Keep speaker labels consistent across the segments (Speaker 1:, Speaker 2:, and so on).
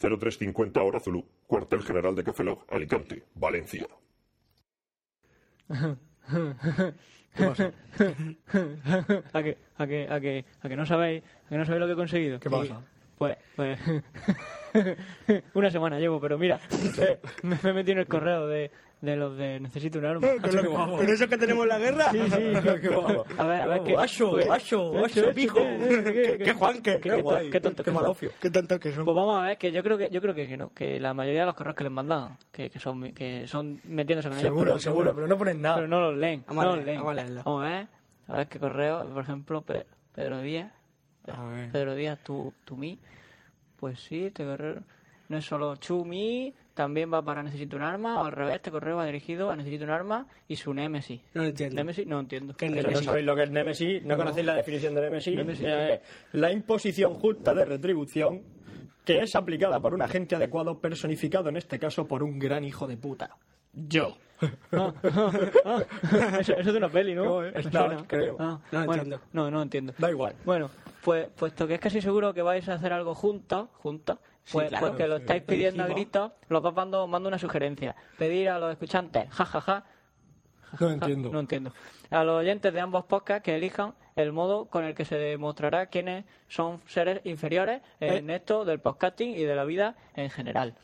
Speaker 1: 0350 Hora Zulu, Cuartel General de Cafelog, Alicante, Valencia.
Speaker 2: ¿Qué pasa?
Speaker 3: a que, a que, a que, a que no sabéis, a que no sabéis lo que he conseguido.
Speaker 2: ¿Qué pasa?
Speaker 3: Pues, pues una semana llevo, pero mira, eh, me, me he metido en el correo de, de los de necesito un arma.
Speaker 2: Con lo que vamos.
Speaker 4: ¿Con eso que tenemos la guerra?
Speaker 3: Sí, sí.
Speaker 2: Qué guapo.
Speaker 3: A ver, a ver qué.
Speaker 4: Guacho,
Speaker 3: pues-
Speaker 4: guacho, guacho,
Speaker 3: Guacho,
Speaker 4: pijo.
Speaker 3: ¿qué,
Speaker 4: Qué Juan, qué, qué
Speaker 3: to-
Speaker 4: guay.
Speaker 3: Qué tonto,
Speaker 2: Qué
Speaker 3: qué
Speaker 2: malofio.
Speaker 4: Qué tantos que son.
Speaker 3: Pues vamos a ver, que yo creo que yo creo que, que no, que la mayoría de los correos que les mandan, que, que son que son metiéndose con ellos,
Speaker 2: Seguro, seguro, pero no ponen
Speaker 3: pero,
Speaker 2: nada.
Speaker 3: pero no los leen,
Speaker 4: Vamos a
Speaker 3: no los
Speaker 4: leer,
Speaker 3: leen.
Speaker 4: vamos a leerlo.
Speaker 3: Ah. Vamos a ver, a ver qué correo, por ejemplo, Pedro, Pedro Díaz,
Speaker 4: A ver.
Speaker 3: Pedro Díaz, tú, tú mí, pues sí, este correo no es solo Chumi, también va para Necesito un arma, o al revés, este correo va dirigido a Necesito un arma y su Nemesis.
Speaker 4: No lo entiendo.
Speaker 3: Nemesis, no entiendo.
Speaker 4: ¿Qué
Speaker 3: Eh,
Speaker 4: Nemesis?
Speaker 3: Nemesis.
Speaker 4: Pero
Speaker 2: No sabéis lo que es Nemesis, no conocéis la definición de Nemesis.
Speaker 3: Némesis.
Speaker 2: Eh, la imposición justa de retribución que es aplicada por un agente adecuado personificado en este caso por un gran hijo de puta. Yo.
Speaker 3: Ah, ah, ah. eso, eso es de una peli, ¿no?
Speaker 2: No, eh.
Speaker 3: Me
Speaker 2: No,
Speaker 3: suena.
Speaker 2: creo.
Speaker 3: Ah,
Speaker 4: No
Speaker 3: bueno,
Speaker 4: entiendo.
Speaker 3: No, no entiendo.
Speaker 2: Da igual.
Speaker 3: Bueno, pues puesto que es casi seguro que vais a hacer algo juntas, juntas, pues,
Speaker 4: claro,
Speaker 3: pues que lo
Speaker 4: sí.
Speaker 3: estáis pidiendo a
Speaker 4: Dijimos.
Speaker 3: gritos, los dos mando, mando una sugerencia. Pedir a los escuchantes, jajaja,
Speaker 2: No
Speaker 3: no entiendo. A los oyentes de ambos podcasts que elijan el modo con el que se demostrará quiénes son seres inferiores en
Speaker 4: Eh.
Speaker 3: esto del podcasting y de la vida en general.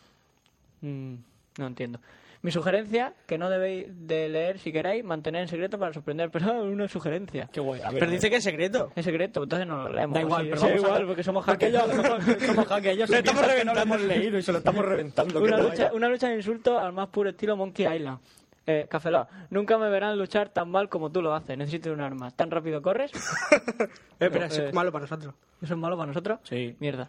Speaker 3: Mm, no entiendo. Mi sugerencia, que no debéis de leer si queréis, mantener en secreto para sorprender, pero una sugerencia.
Speaker 2: Qué guay. A ver,
Speaker 4: Pero dice que es secreto.
Speaker 3: Es secreto, entonces no lo leemos.
Speaker 2: Da igual,
Speaker 3: Sí,
Speaker 2: pero
Speaker 3: sí,
Speaker 2: vamos a-
Speaker 3: igual, porque somos
Speaker 2: porque
Speaker 3: hackers.
Speaker 2: ellos a lo mejor somos hackers, ellos
Speaker 4: Lo
Speaker 2: se
Speaker 4: estamos
Speaker 2: piensan que no lo hemos
Speaker 4: reventando.
Speaker 2: leído y se lo estamos reventando.
Speaker 3: una
Speaker 2: que
Speaker 3: lucha,
Speaker 2: vaya.
Speaker 3: una lucha de insultos al más puro estilo Monkey Island. Eh, Café Lock, nunca me verán luchar tan mal como tú lo haces. Necesito un arma. ¿Tan rápido corres?
Speaker 4: Eh, espera, eso
Speaker 3: eh.
Speaker 4: es malo para nosotros.
Speaker 3: ¿Eso es malo para nosotros?
Speaker 2: Sí.
Speaker 3: Mierda.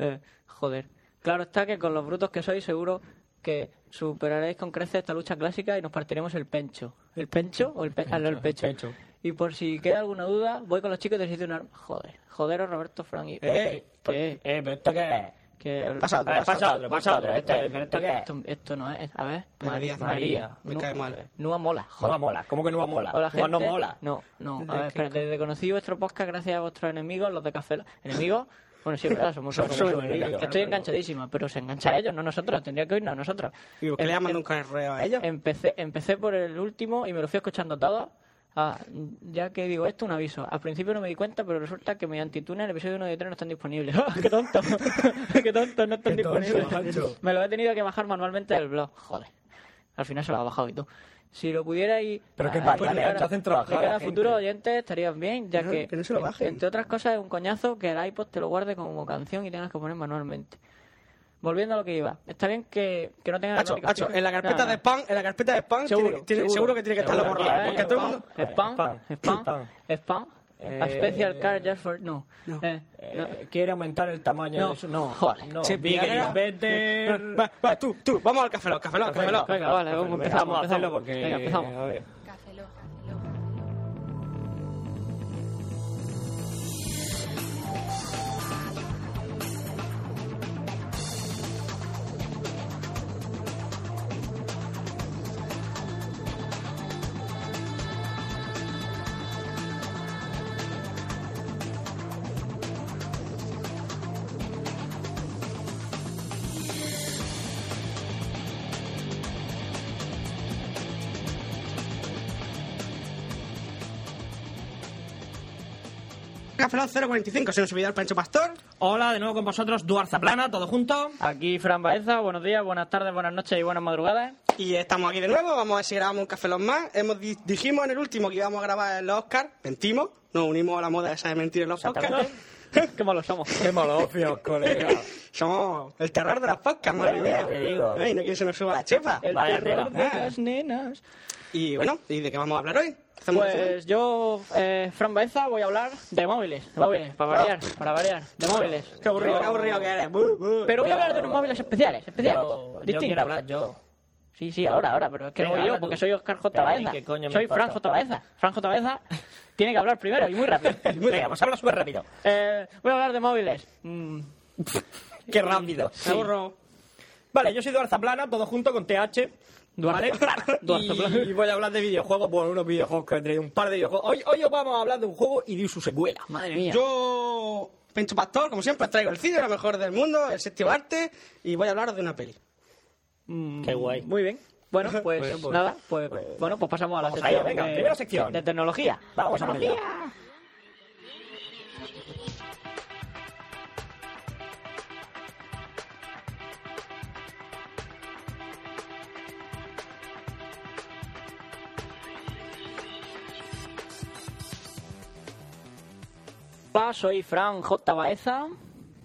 Speaker 3: Eh, joder. Claro está que con los brutos que sois seguro que superaréis con creces esta lucha clásica y nos partiremos el pencho. ¿El pencho o el, pe- ah, no, el pecho?
Speaker 2: pecho.
Speaker 3: Y por si queda alguna duda, voy con los chicos de sitio un arma. Joder. Joderos Roberto Frank y...
Speaker 2: Eh,
Speaker 3: ¿Qué?
Speaker 2: eh, pero esto qué es.
Speaker 3: Que- Ah,
Speaker 2: Pasa otro,
Speaker 3: A ver,
Speaker 2: Eh, pasa otro, pasa otro. Este, pero esto qué es.
Speaker 3: Esto, esto no es... A ver.
Speaker 4: María, María, me cae mal.
Speaker 3: Nua mola. Joder.
Speaker 2: Joda mola, ¿cómo que no va mola?
Speaker 3: Hola,
Speaker 2: No,
Speaker 3: gente.
Speaker 2: no mola.
Speaker 3: No, no. A ver, espérate, desde que conocí vuestro podcast gracias a vuestros enemigos, los de Café. Lock. ¿Enemigos? Bueno, sí, es verdad, somos
Speaker 2: Somos
Speaker 3: somos
Speaker 2: enemigos,
Speaker 3: enemigos.
Speaker 2: claro,
Speaker 3: Estoy
Speaker 2: claro.
Speaker 3: enganchadísima, pero se engancha a ellos, no nosotros. Tendría que oírnos a nosotros.
Speaker 4: Digo, que
Speaker 3: Em-
Speaker 4: le ha mandado
Speaker 3: em-
Speaker 4: un correo a ellos.
Speaker 3: Empecé, empecé por el último y me lo fui escuchando todo. Ah, ya que digo esto, un aviso. Al principio no me di cuenta, pero resulta que mediante iTunes el episodio 1 y 3 no están disponibles. ¡Ah, ¡Qué tonto! ¡Qué tonto! No están
Speaker 2: Qué tonto, macho.
Speaker 3: disponibles. Me lo he tenido que bajar manualmente del blog. Joder. Al final se lo ha bajado y todo. Si lo pudiera y...
Speaker 2: Pero qué
Speaker 3: ah,
Speaker 2: pasa,
Speaker 3: pues,
Speaker 2: le
Speaker 3: de cara-
Speaker 2: hacen trabajar
Speaker 3: de cara
Speaker 2: a la
Speaker 3: a
Speaker 2: gente.
Speaker 3: futuros oyentes estarían bien, ya
Speaker 4: No,
Speaker 3: que...
Speaker 4: que no se lo
Speaker 3: en-
Speaker 4: bajen.
Speaker 3: Entre otras cosas es un coñazo que el iPod te lo guarde como canción y tengas que poner manualmente. Volviendo a lo que iba. Está bien que, que no tengas...
Speaker 4: Hacho, hacho, en la carpeta
Speaker 3: No,
Speaker 4: de
Speaker 3: no.
Speaker 4: spam, en la carpeta de spam,
Speaker 3: Seguro,
Speaker 4: tiene- tiene-
Speaker 3: seguro.
Speaker 4: seguro que tiene que estar la
Speaker 3: Seguro,
Speaker 4: borrada.
Speaker 3: eh,
Speaker 4: Porque todo el mundo.
Speaker 3: Spam,
Speaker 2: Spam,
Speaker 3: spam,
Speaker 2: spam.
Speaker 3: spam.
Speaker 2: Eh,
Speaker 3: A special car just for... No.
Speaker 4: no.
Speaker 3: Eh, no.
Speaker 2: Eh, Quiere aumentar el tamaño
Speaker 3: No.
Speaker 2: de eso. No,
Speaker 3: Joder.
Speaker 2: no.
Speaker 4: Sí,
Speaker 2: Bigger
Speaker 4: venga.
Speaker 2: is better.
Speaker 4: Va, va, tú, tú, vamos al café, Lock, café, Lock, café. Lock.
Speaker 3: Venga, vale, vamos,
Speaker 2: Venga,
Speaker 3: empezamos,
Speaker 2: Vamos a hacerlo
Speaker 3: empezamos.
Speaker 2: porque...
Speaker 3: Venga, empezamos.
Speaker 2: a ver.
Speaker 5: Café Lock.
Speaker 4: Café Lock 045, se nos olvidó el Pancho Pastor.
Speaker 6: Hola, de nuevo con vosotros, Duarza Plana, todo junto.
Speaker 3: Aquí Fran Baeza, buenos días, buenas tardes, buenas noches y buenas madrugadas.
Speaker 4: Y estamos aquí de nuevo, vamos a ver si grabamos un café los más. Hemos di- dijimos en el último que íbamos a grabar el Oscar, mentimos, nos unimos a la moda esa de mentir en los podcasts.
Speaker 3: Qué malos somos.
Speaker 2: Qué malofios, colega.
Speaker 4: Somos el terror de los podcasts, madre mía.
Speaker 2: Te digo.
Speaker 4: Ay, no quiero que se nos suba la chepa.
Speaker 3: El
Speaker 2: Vaya
Speaker 3: terror
Speaker 2: tela.
Speaker 3: de las nenas.
Speaker 4: Y bueno, ¿y de qué vamos a hablar hoy? Hacemos-
Speaker 3: Pues yo, eh, Fran Baeza, voy a hablar de móviles. De móviles, para variar, para variar. De móviles.
Speaker 4: qué aburrido, qué aburrido que eres. Bu, bu.
Speaker 3: Pero voy a hablar de unos móviles especiales, especiales.
Speaker 2: Yo, yo
Speaker 3: distintos.
Speaker 2: quiero hablar yo.
Speaker 3: Sí, sí, ahora, ahora, pero es que no
Speaker 2: Venga,
Speaker 3: voy yo,
Speaker 2: habla
Speaker 3: porque
Speaker 2: tú.
Speaker 3: soy Oscar J.
Speaker 2: Pero a mí
Speaker 3: Baeza.
Speaker 2: qué coño me
Speaker 3: Soy Fran
Speaker 2: importa.
Speaker 3: J. Baeza. Fran J. Baeza tiene que hablar primero y muy rápido.
Speaker 2: Venga, pues habla súper rápido.
Speaker 3: Eh, voy a hablar de móviles. Mm,
Speaker 2: Qué rápido.
Speaker 4: Me aburro.
Speaker 2: Vale, yo soy Duarza Plana, todo junto con TH.
Speaker 3: Duarte Plana. Duarte Plana.
Speaker 2: Y, y voy a hablar de videojuegos, bueno, unos videojuegos que he traído, un par de videojuegos. Hoy, hoy os vamos a hablar de un juego y de su secuela.
Speaker 3: madre mía.
Speaker 4: Yo Pencho Pastor, como siempre, os traigo el cine, lo mejor del mundo, el séptimo arte, y voy a hablaros de una peli.
Speaker 6: Mm,
Speaker 3: Qué guay. Muy bien. Bueno, pues, nada, pues, bueno, pues pasamos a la
Speaker 2: Vamos
Speaker 3: sección,
Speaker 2: allá, venga,
Speaker 3: de,
Speaker 2: primera sección.
Speaker 3: de tecnología.
Speaker 2: Vamos a verlo.
Speaker 3: Hola, soy Fran J. Baeza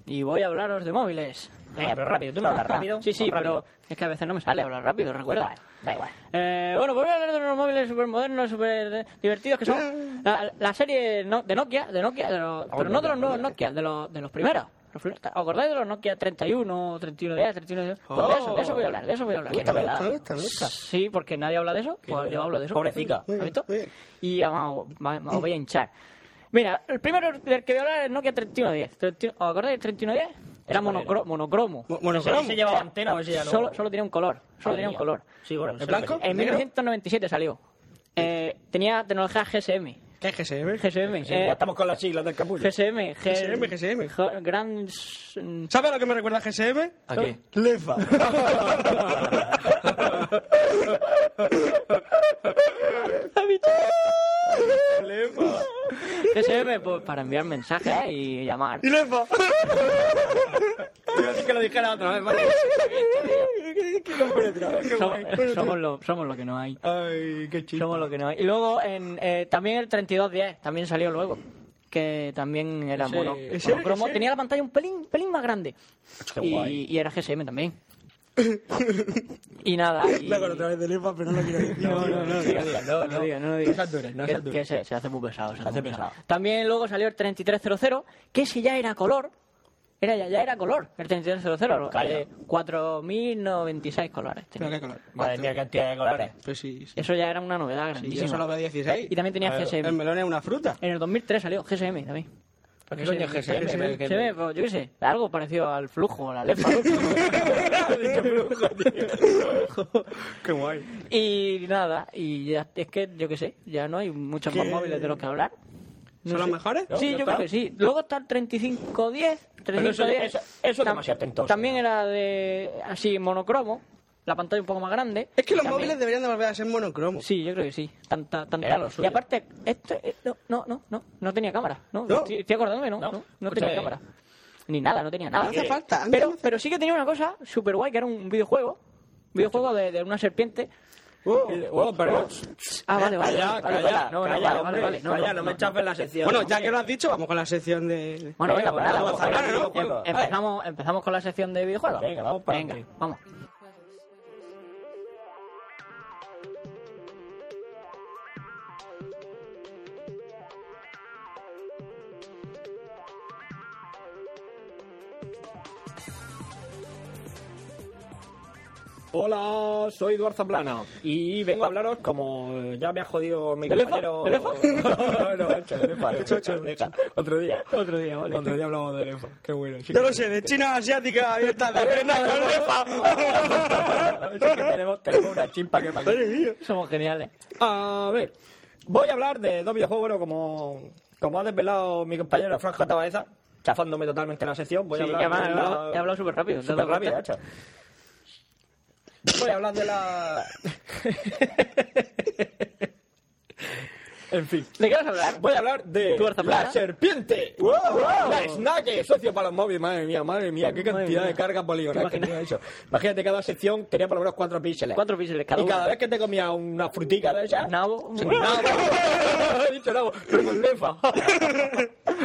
Speaker 3: y voy a hablaros de móviles.
Speaker 6: Venga, pero rápido, tú me hablas rápido.
Speaker 3: Sí, sí,
Speaker 6: Más rápido.
Speaker 3: pero es que a veces no me sale hablar rápido, recuerda.
Speaker 6: Da igual.
Speaker 3: Eh, bueno, pues voy a hablar de unos móviles súper modernos, súper divertidos que son la, la serie no- de Nokia, de Nokia, de
Speaker 6: Ah,
Speaker 3: los- pero no de los nuevos Nokia, de los, de los primeros. Los primeros. ¿Os acordáis de los Nokia 31, 3110, 3110? Pues de eso, de eso voy a hablar, de eso voy a hablar.
Speaker 4: Me gusta, me gusta, me gusta.
Speaker 3: Sí, porque nadie habla de eso, pues yo hablo de eso.
Speaker 6: Pobrecita.
Speaker 3: ¿Has visto?
Speaker 4: Muy bien.
Speaker 3: Y vamos, va- va- os voy a hinchar. Mira, el primero del que voy a hablar es Nokia 3110. 31 ¿Os acordáis del 3110? Era monocro- monocromo.
Speaker 4: Mo- monocromo.
Speaker 6: Ese se llevaba antena o ese ya no.
Speaker 3: Solo, solo tenía un color, solo
Speaker 6: Madre
Speaker 3: tenía un
Speaker 6: mía.
Speaker 3: color.
Speaker 6: Sí, bueno,
Speaker 4: ¿El blanco?
Speaker 3: En
Speaker 4: ¿Negro?
Speaker 3: 1997 salió. Eh, tenía tecnología GSM.
Speaker 4: ¿Qué es GSM?
Speaker 3: GSM.
Speaker 6: Sí,
Speaker 3: eh,
Speaker 6: ya estamos con las siglas del capullo.
Speaker 3: GSM.
Speaker 4: GSM, GSM.
Speaker 3: jo- Gran... s- mm,
Speaker 4: ¿Sabes a lo que me recuerda a GSM?
Speaker 6: ¿A qué?
Speaker 4: Lefa. Lefa.
Speaker 3: GSM pues, para enviar mensajes y llamar.
Speaker 4: Y Lefa.
Speaker 6: Pero sí que lo dijera otra vez, ¿vale?
Speaker 3: Somos,
Speaker 4: eh,
Speaker 3: somos lo, somos lo que no hay.
Speaker 4: Ay, qué chido.
Speaker 3: Somos lo que no hay. Y luego en, eh, también el 3210 también salió luego. Que también era mono,
Speaker 4: ese-
Speaker 3: monocromo.
Speaker 4: ese-
Speaker 3: Tenía la pantalla un pelín, pelín más grande. Y, y era GSM también. y nada. y-
Speaker 4: La con otra vez de Lefa, pero no lo quiero decir.
Speaker 3: No, no, no,
Speaker 6: digas, no,
Speaker 3: no digas, no digas.
Speaker 6: No seas dura, no
Speaker 3: Que-
Speaker 6: seas dura.
Speaker 3: que se, se hace muy pesado. Se,
Speaker 6: hace
Speaker 3: muy
Speaker 6: pesado.
Speaker 3: También luego salió el 3300, que ese ya era color. Era, ya, ya era color, el 3300.
Speaker 6: Calla.
Speaker 3: eh, 4.096 colores. tenía.
Speaker 4: Pero qué color.
Speaker 6: Madre mía, cantidad de colores.
Speaker 4: Pues sí, sí.
Speaker 3: Eso ya era una novedad
Speaker 4: Y
Speaker 3: grandísima.
Speaker 4: yo solo veo 16.
Speaker 3: Y también tenía
Speaker 4: A ver,
Speaker 3: GSM.
Speaker 4: El melón es una fruta.
Speaker 3: En el 2003 salió GSM también.
Speaker 6: ¿Por qué coño es GSM?
Speaker 3: GSM,
Speaker 6: ¿Qué-
Speaker 3: GSM, pues, yo qué sé, algo parecido al flujo, a la lefa.
Speaker 4: Qué guay.
Speaker 3: y nada, y ya, es que yo qué sé, ya no hay muchos más
Speaker 4: ¿Qué?
Speaker 3: móviles de los que hablar.
Speaker 4: ¿Son los mejores?
Speaker 3: Sí, yo creo que sí. Luego está el 3510.
Speaker 6: Pero eso-
Speaker 3: 3510.
Speaker 6: eso- eso es
Speaker 3: Tam-
Speaker 6: demasiado tentoso,
Speaker 3: También
Speaker 6: ¿no?
Speaker 3: era de así monocromo, la pantalla un poco más grande.
Speaker 4: Es que los
Speaker 3: También-
Speaker 4: móviles deberían de volver a ser monocromos.
Speaker 3: Sí, yo creo que sí. Tanta, tanta
Speaker 6: Era lo
Speaker 3: luz. Y
Speaker 6: suyo.
Speaker 3: aparte, esto, eh, no, no, no, no, no tenía cámara. No,
Speaker 4: No.
Speaker 3: Estoy, estoy acordándome, no, no,
Speaker 6: No.
Speaker 3: no, tenía
Speaker 6: Escúchame.
Speaker 3: cámara. Ni nada, no tenía nada.
Speaker 4: No hace falta, antes no
Speaker 3: Pero,
Speaker 4: hace-
Speaker 3: pero sí que tenía una cosa súper guay, que era un videojuego. Un videojuego de, de una serpiente.
Speaker 6: Oh, pero...
Speaker 3: Ah, vale, vale.
Speaker 6: Calla,
Speaker 3: vale, vale,
Speaker 6: calla,
Speaker 3: no, no,
Speaker 6: calla,
Speaker 3: vale, vale,
Speaker 6: hombre,
Speaker 3: vale, no,
Speaker 6: calla,
Speaker 3: no,
Speaker 6: no me
Speaker 3: no.
Speaker 6: chafes la sección.
Speaker 4: Bueno, ya que lo has dicho, vamos con la sección de...
Speaker 3: Bueno, venga, pues
Speaker 6: Venga,
Speaker 3: nada, vamos
Speaker 6: vamos a hablar,
Speaker 3: a
Speaker 6: ¿no?
Speaker 3: hablar. Em- empezamos, empezamos con la sección de videojuegos.
Speaker 6: Venga, vamos para
Speaker 3: Venga,
Speaker 6: adelante.
Speaker 3: vamos.
Speaker 6: Hola, soy Eduardo Zaplana y vengo a hablaros como eh, ya me ha jodido mi compañero. no, macho, Elefa, Elefa. Otro día. Otro día, vale. Otro día hablamos de Elefa. Qué bueno. sí.
Speaker 4: Yo lo sé, de China asiática abierta de piernas con Lefa.
Speaker 6: Sí que tenemos, tenemos una chimpa que
Speaker 4: Madre mía.
Speaker 3: Somos geniales.
Speaker 6: A ver, voy a hablar de dos videojuegos, bueno, como, como ha desvelado mi compañero Franjo Tabaeza, chafándome totalmente la sección, voy
Speaker 3: Sí,
Speaker 6: a
Speaker 3: ya va, he
Speaker 6: hablar de
Speaker 3: hablado- he
Speaker 6: la...
Speaker 3: hablado súper rápido. ¿te has
Speaker 6: Súper
Speaker 3: dado
Speaker 6: rápido,
Speaker 3: cuenta?
Speaker 6: macho. Voy a hablar de la... en fin.
Speaker 3: ¿De qué vas a hablar?
Speaker 6: Voy a hablar de
Speaker 3: ¿Tu Arzaplana?
Speaker 6: la serpiente. La snack, socio para los móviles. Madre mía, madre mía, qué
Speaker 3: Madre
Speaker 6: cantidad
Speaker 3: mía.
Speaker 6: de cargas poligonales que tenía eso. Imagínate, cada sección tenía por lo menos cuatro píxeles.
Speaker 3: Cuatro píxeles cada
Speaker 6: Y cada
Speaker 3: uno.
Speaker 6: vez que te comía una frutica de esas...
Speaker 3: Nabo.
Speaker 6: Nabo. He dicho nabo. Lefa.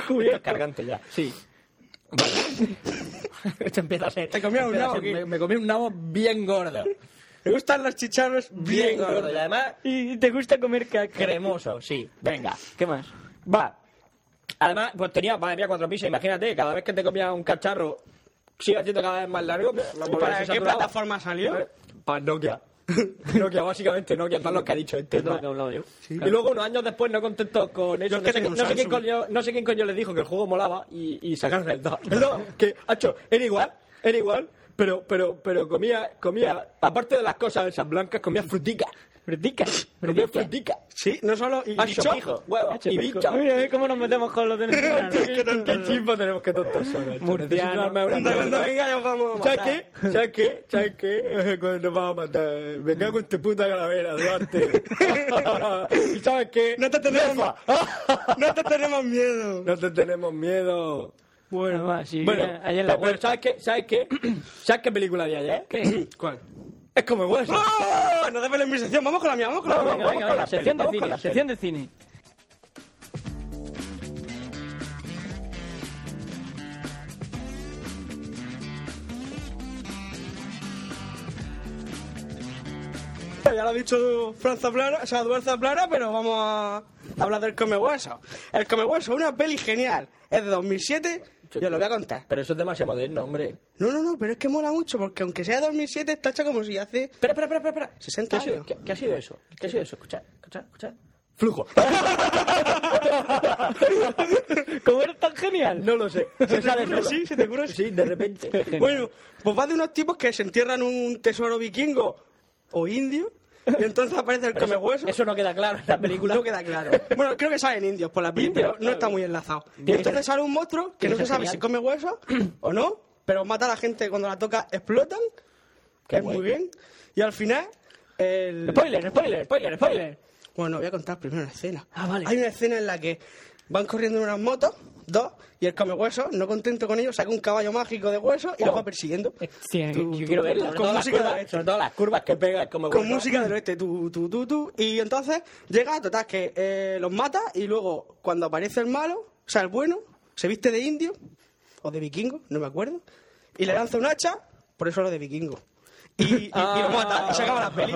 Speaker 6: Uy, es cargante ya.
Speaker 3: Sí.
Speaker 6: Esto empieza a ser...
Speaker 4: ¿Te comías un
Speaker 6: empieza a
Speaker 4: nabo
Speaker 6: ser-
Speaker 4: o qué?
Speaker 6: Me, me comí un nabo bien gordo.
Speaker 4: Me gustan los chicharros bien
Speaker 6: Bien gordo.
Speaker 4: gordos.
Speaker 6: Y además,
Speaker 3: ¿Y te gusta comer caca?
Speaker 6: cremoso, sí. Venga.
Speaker 3: ¿Qué más?
Speaker 6: Va. Además, pues tenía, madre mía, cuatro pisos. Imagínate, cada vez que te comías un cacharro, sigue haciendo cada vez más largo. pues,
Speaker 4: ¿Para qué plataforma salió?
Speaker 6: Para Nokia. Nokia, básicamente, Nokia, todo lo que ha dicho este.
Speaker 3: Es de lo que he hablado yo.
Speaker 6: Y luego, unos años después, no contentos con eso,
Speaker 4: es
Speaker 6: no
Speaker 4: que
Speaker 6: sé,
Speaker 4: tengo un
Speaker 6: no sé quién
Speaker 4: Samsung.
Speaker 6: coño, no sé quién coño les dijo que el juego molaba y, y sacaron el 2. El 2, que, hacho, era igual, era igual, pero, pero, pero comía, comía, aparte de las cosas esas blancas, comía fruticas.
Speaker 3: Britica. Britica.
Speaker 4: Sí, no solo. Y
Speaker 6: Hacho
Speaker 4: dicho-
Speaker 6: pijo, huevo,
Speaker 3: Hacho,
Speaker 6: y
Speaker 3: pico.
Speaker 6: bicho.
Speaker 3: Mira,
Speaker 4: eh,
Speaker 3: a ver cómo nos metemos con los
Speaker 2: ¿Qué,
Speaker 3: venezolanos.
Speaker 2: qué chismo Este tenemos que tontos son, macho.
Speaker 3: Murciano.
Speaker 2: Necesito darme una
Speaker 4: Anda,
Speaker 2: cuenta.
Speaker 4: anda, venga, ya os vamos a
Speaker 2: ¿Sabes
Speaker 4: matar.
Speaker 2: qué? ¿Sabes qué? ¿Sabes qué? eh, Cuando nos vamos a matar. Me cago en tu puta calavera, Duarte. ¿Y sabes qué?
Speaker 4: No te tenemos. no te tenemos miedo.
Speaker 2: No te tenemos miedo.
Speaker 3: bueno, va, sí.
Speaker 2: Bueno,
Speaker 3: mira, ayer la
Speaker 2: pero
Speaker 3: web.
Speaker 2: ¿sabes qué? ¿Sabes qué? ¿Sabes qué película de ayer?
Speaker 3: ¿Qué?
Speaker 2: ¿Cuál? Es como hueso.
Speaker 4: ¡Oh! No desveles mi sección, vamos con la mía, vamos con la
Speaker 3: Venga,
Speaker 4: mía.
Speaker 3: venga, venga,
Speaker 2: la peli,
Speaker 3: sección de
Speaker 2: vamos con
Speaker 3: cine,
Speaker 2: la
Speaker 3: sección de cine.
Speaker 4: Ya lo ha dicho Franza Plana, o sea, Duerza Plana, pero vamos a hablar del Come Hueso. El Come Hueso es una peli genial. Es de 2007 y os Ah, lo voy a contar.
Speaker 6: Pero eso es demasiado moderno, hombre.
Speaker 4: No, no, no, pero es que mola mucho porque aunque sea de 2007 está hecha como si hace
Speaker 6: Espera, espera, espera, espera.
Speaker 4: 60
Speaker 6: ¿Qué ha sido,
Speaker 4: años.
Speaker 6: qué, qué ha sido eso? ¿Qué ha sido eso? Escucha, escucha, escucha.
Speaker 2: Flujo.
Speaker 3: ¿Cómo eres tan genial?
Speaker 2: No lo sé. Se sale
Speaker 4: ocurre
Speaker 2: solo.
Speaker 4: así? ¿Se te ocurre así?
Speaker 2: Sí, de repente.
Speaker 4: Bueno, pues va de unos tipos que se entierran un tesoro vikingo o indio y entonces aparece el Come Hueso.
Speaker 6: Eso no queda claro en la película.
Speaker 4: No queda claro. Bueno, creo que salen indios por la peli, pero no está muy enlazado. Y entonces sale un monstruo que no se sabe si come huesos o no, pero mata a la gente cuando la toca, explotan. Que es muy bien. Y al final, el.
Speaker 3: Spoiler, spoiler, spoiler, spoiler.
Speaker 4: Bueno, voy a contar primero una escena.
Speaker 3: Ah, vale.
Speaker 4: Hay una escena en la que van corriendo en unas motos, dos, y el come huesos, no contento con ello, saca un caballo mágico de huesos y los va persiguiendo.
Speaker 3: Oh. Sí, yo quiero
Speaker 6: Sobre
Speaker 3: verla.
Speaker 4: Con
Speaker 6: todo las
Speaker 4: música de
Speaker 6: curvas-
Speaker 4: leche.
Speaker 6: sobre todo las curvas que pega como
Speaker 4: Con
Speaker 6: huevo.
Speaker 4: música del oeste, tú, tú, tú, tú. Y entonces llega, total, que eh, los mata y luego cuando aparece el malo, o sea, el bueno, se viste de indio o de vikingo, no me acuerdo, y le lanza un hacha, por eso lo de vikingo. Y, y- y
Speaker 3: Ah.
Speaker 4: lo mata, y se acaba la peli.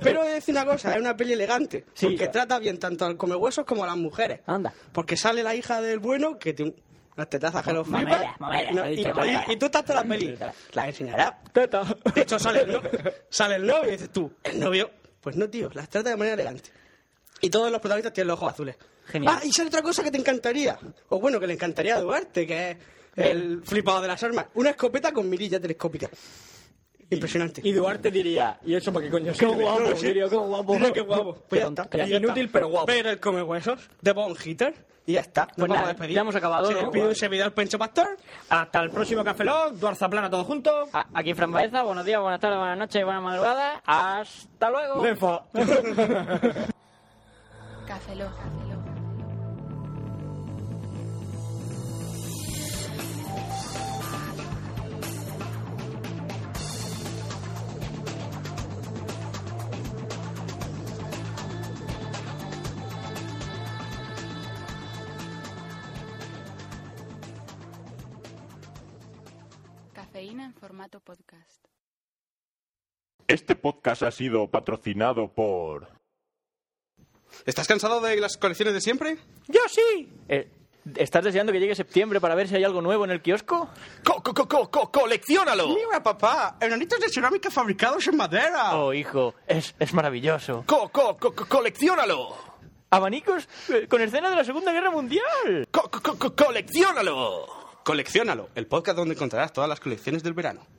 Speaker 4: Pero he de decir una cosa, es una peli elegante,
Speaker 3: Sí.
Speaker 4: porque trata bien tanto al comehuesos como a las mujeres.
Speaker 3: Anda.
Speaker 4: Porque sale la hija del bueno que tiene unas tetazas que lo
Speaker 3: Mamera,
Speaker 4: flipas.
Speaker 3: mamera,
Speaker 4: No,
Speaker 3: lo he
Speaker 4: y,
Speaker 3: dicho,
Speaker 4: y- y tú estás toda la peli. La enseñará.
Speaker 3: Teta.
Speaker 4: De hecho, sale el, no- sale el novio y dices tú, ¿el novio? Pues no, tío, las trata de manera elegante. Y todos los protagonistas tienen los ojos azules.
Speaker 3: Genial.
Speaker 4: Ah, y sale otra cosa que te encantaría. O bueno, que le encantaría a Duarte, que es el flipado de las armas. Una escopeta con mirilla telescópica. Impresionante.
Speaker 2: Y Duarte diría, ¿y eso para qué coño
Speaker 3: Qué
Speaker 2: sirve?
Speaker 3: guapo, diría, qué guapo.
Speaker 4: Mira qué guapo. Pues ya está.
Speaker 2: Que
Speaker 4: Y ya
Speaker 2: inútil,
Speaker 4: está.
Speaker 2: pero guapo.
Speaker 4: Pero el come huesos de Bon Hitter. Y ya está. Nos
Speaker 3: Pues
Speaker 4: vamos
Speaker 3: nada,
Speaker 4: a despedir.
Speaker 3: ya hemos acabado,
Speaker 4: Se
Speaker 3: ¿no?
Speaker 4: despide un servidor Pencho Pastor.
Speaker 2: Hasta el próximo Café Lock, Duarte Plana, todos juntos.
Speaker 3: A- Ah, Aquí Fran Baeza, buenos días, buenas tardes, buenas noches y buenas madrugadas. Hasta luego.
Speaker 2: Lefa.
Speaker 5: Café Lock. Cafeína en formato podcast.
Speaker 1: Este podcast ha sido patrocinado por...
Speaker 4: ¿Estás cansado de las colecciones de siempre?
Speaker 3: ¡Yo sí! Eh, ¿Estás deseando que llegue septiembre para ver si hay algo nuevo en el kiosco?
Speaker 7: Co co co co co- colecciónalo.
Speaker 4: Mira, papá, enanitos de cerámica fabricados en madera.
Speaker 3: Oh, hijo, es, es maravilloso.
Speaker 7: Co co co co- colecciónalo.
Speaker 3: ¿Abanicos eh, con escena de la Segunda Guerra Mundial?
Speaker 7: Co co co co- colecciónalo.
Speaker 4: Colecciónalo, el podcast donde encontrarás todas las colecciones del verano.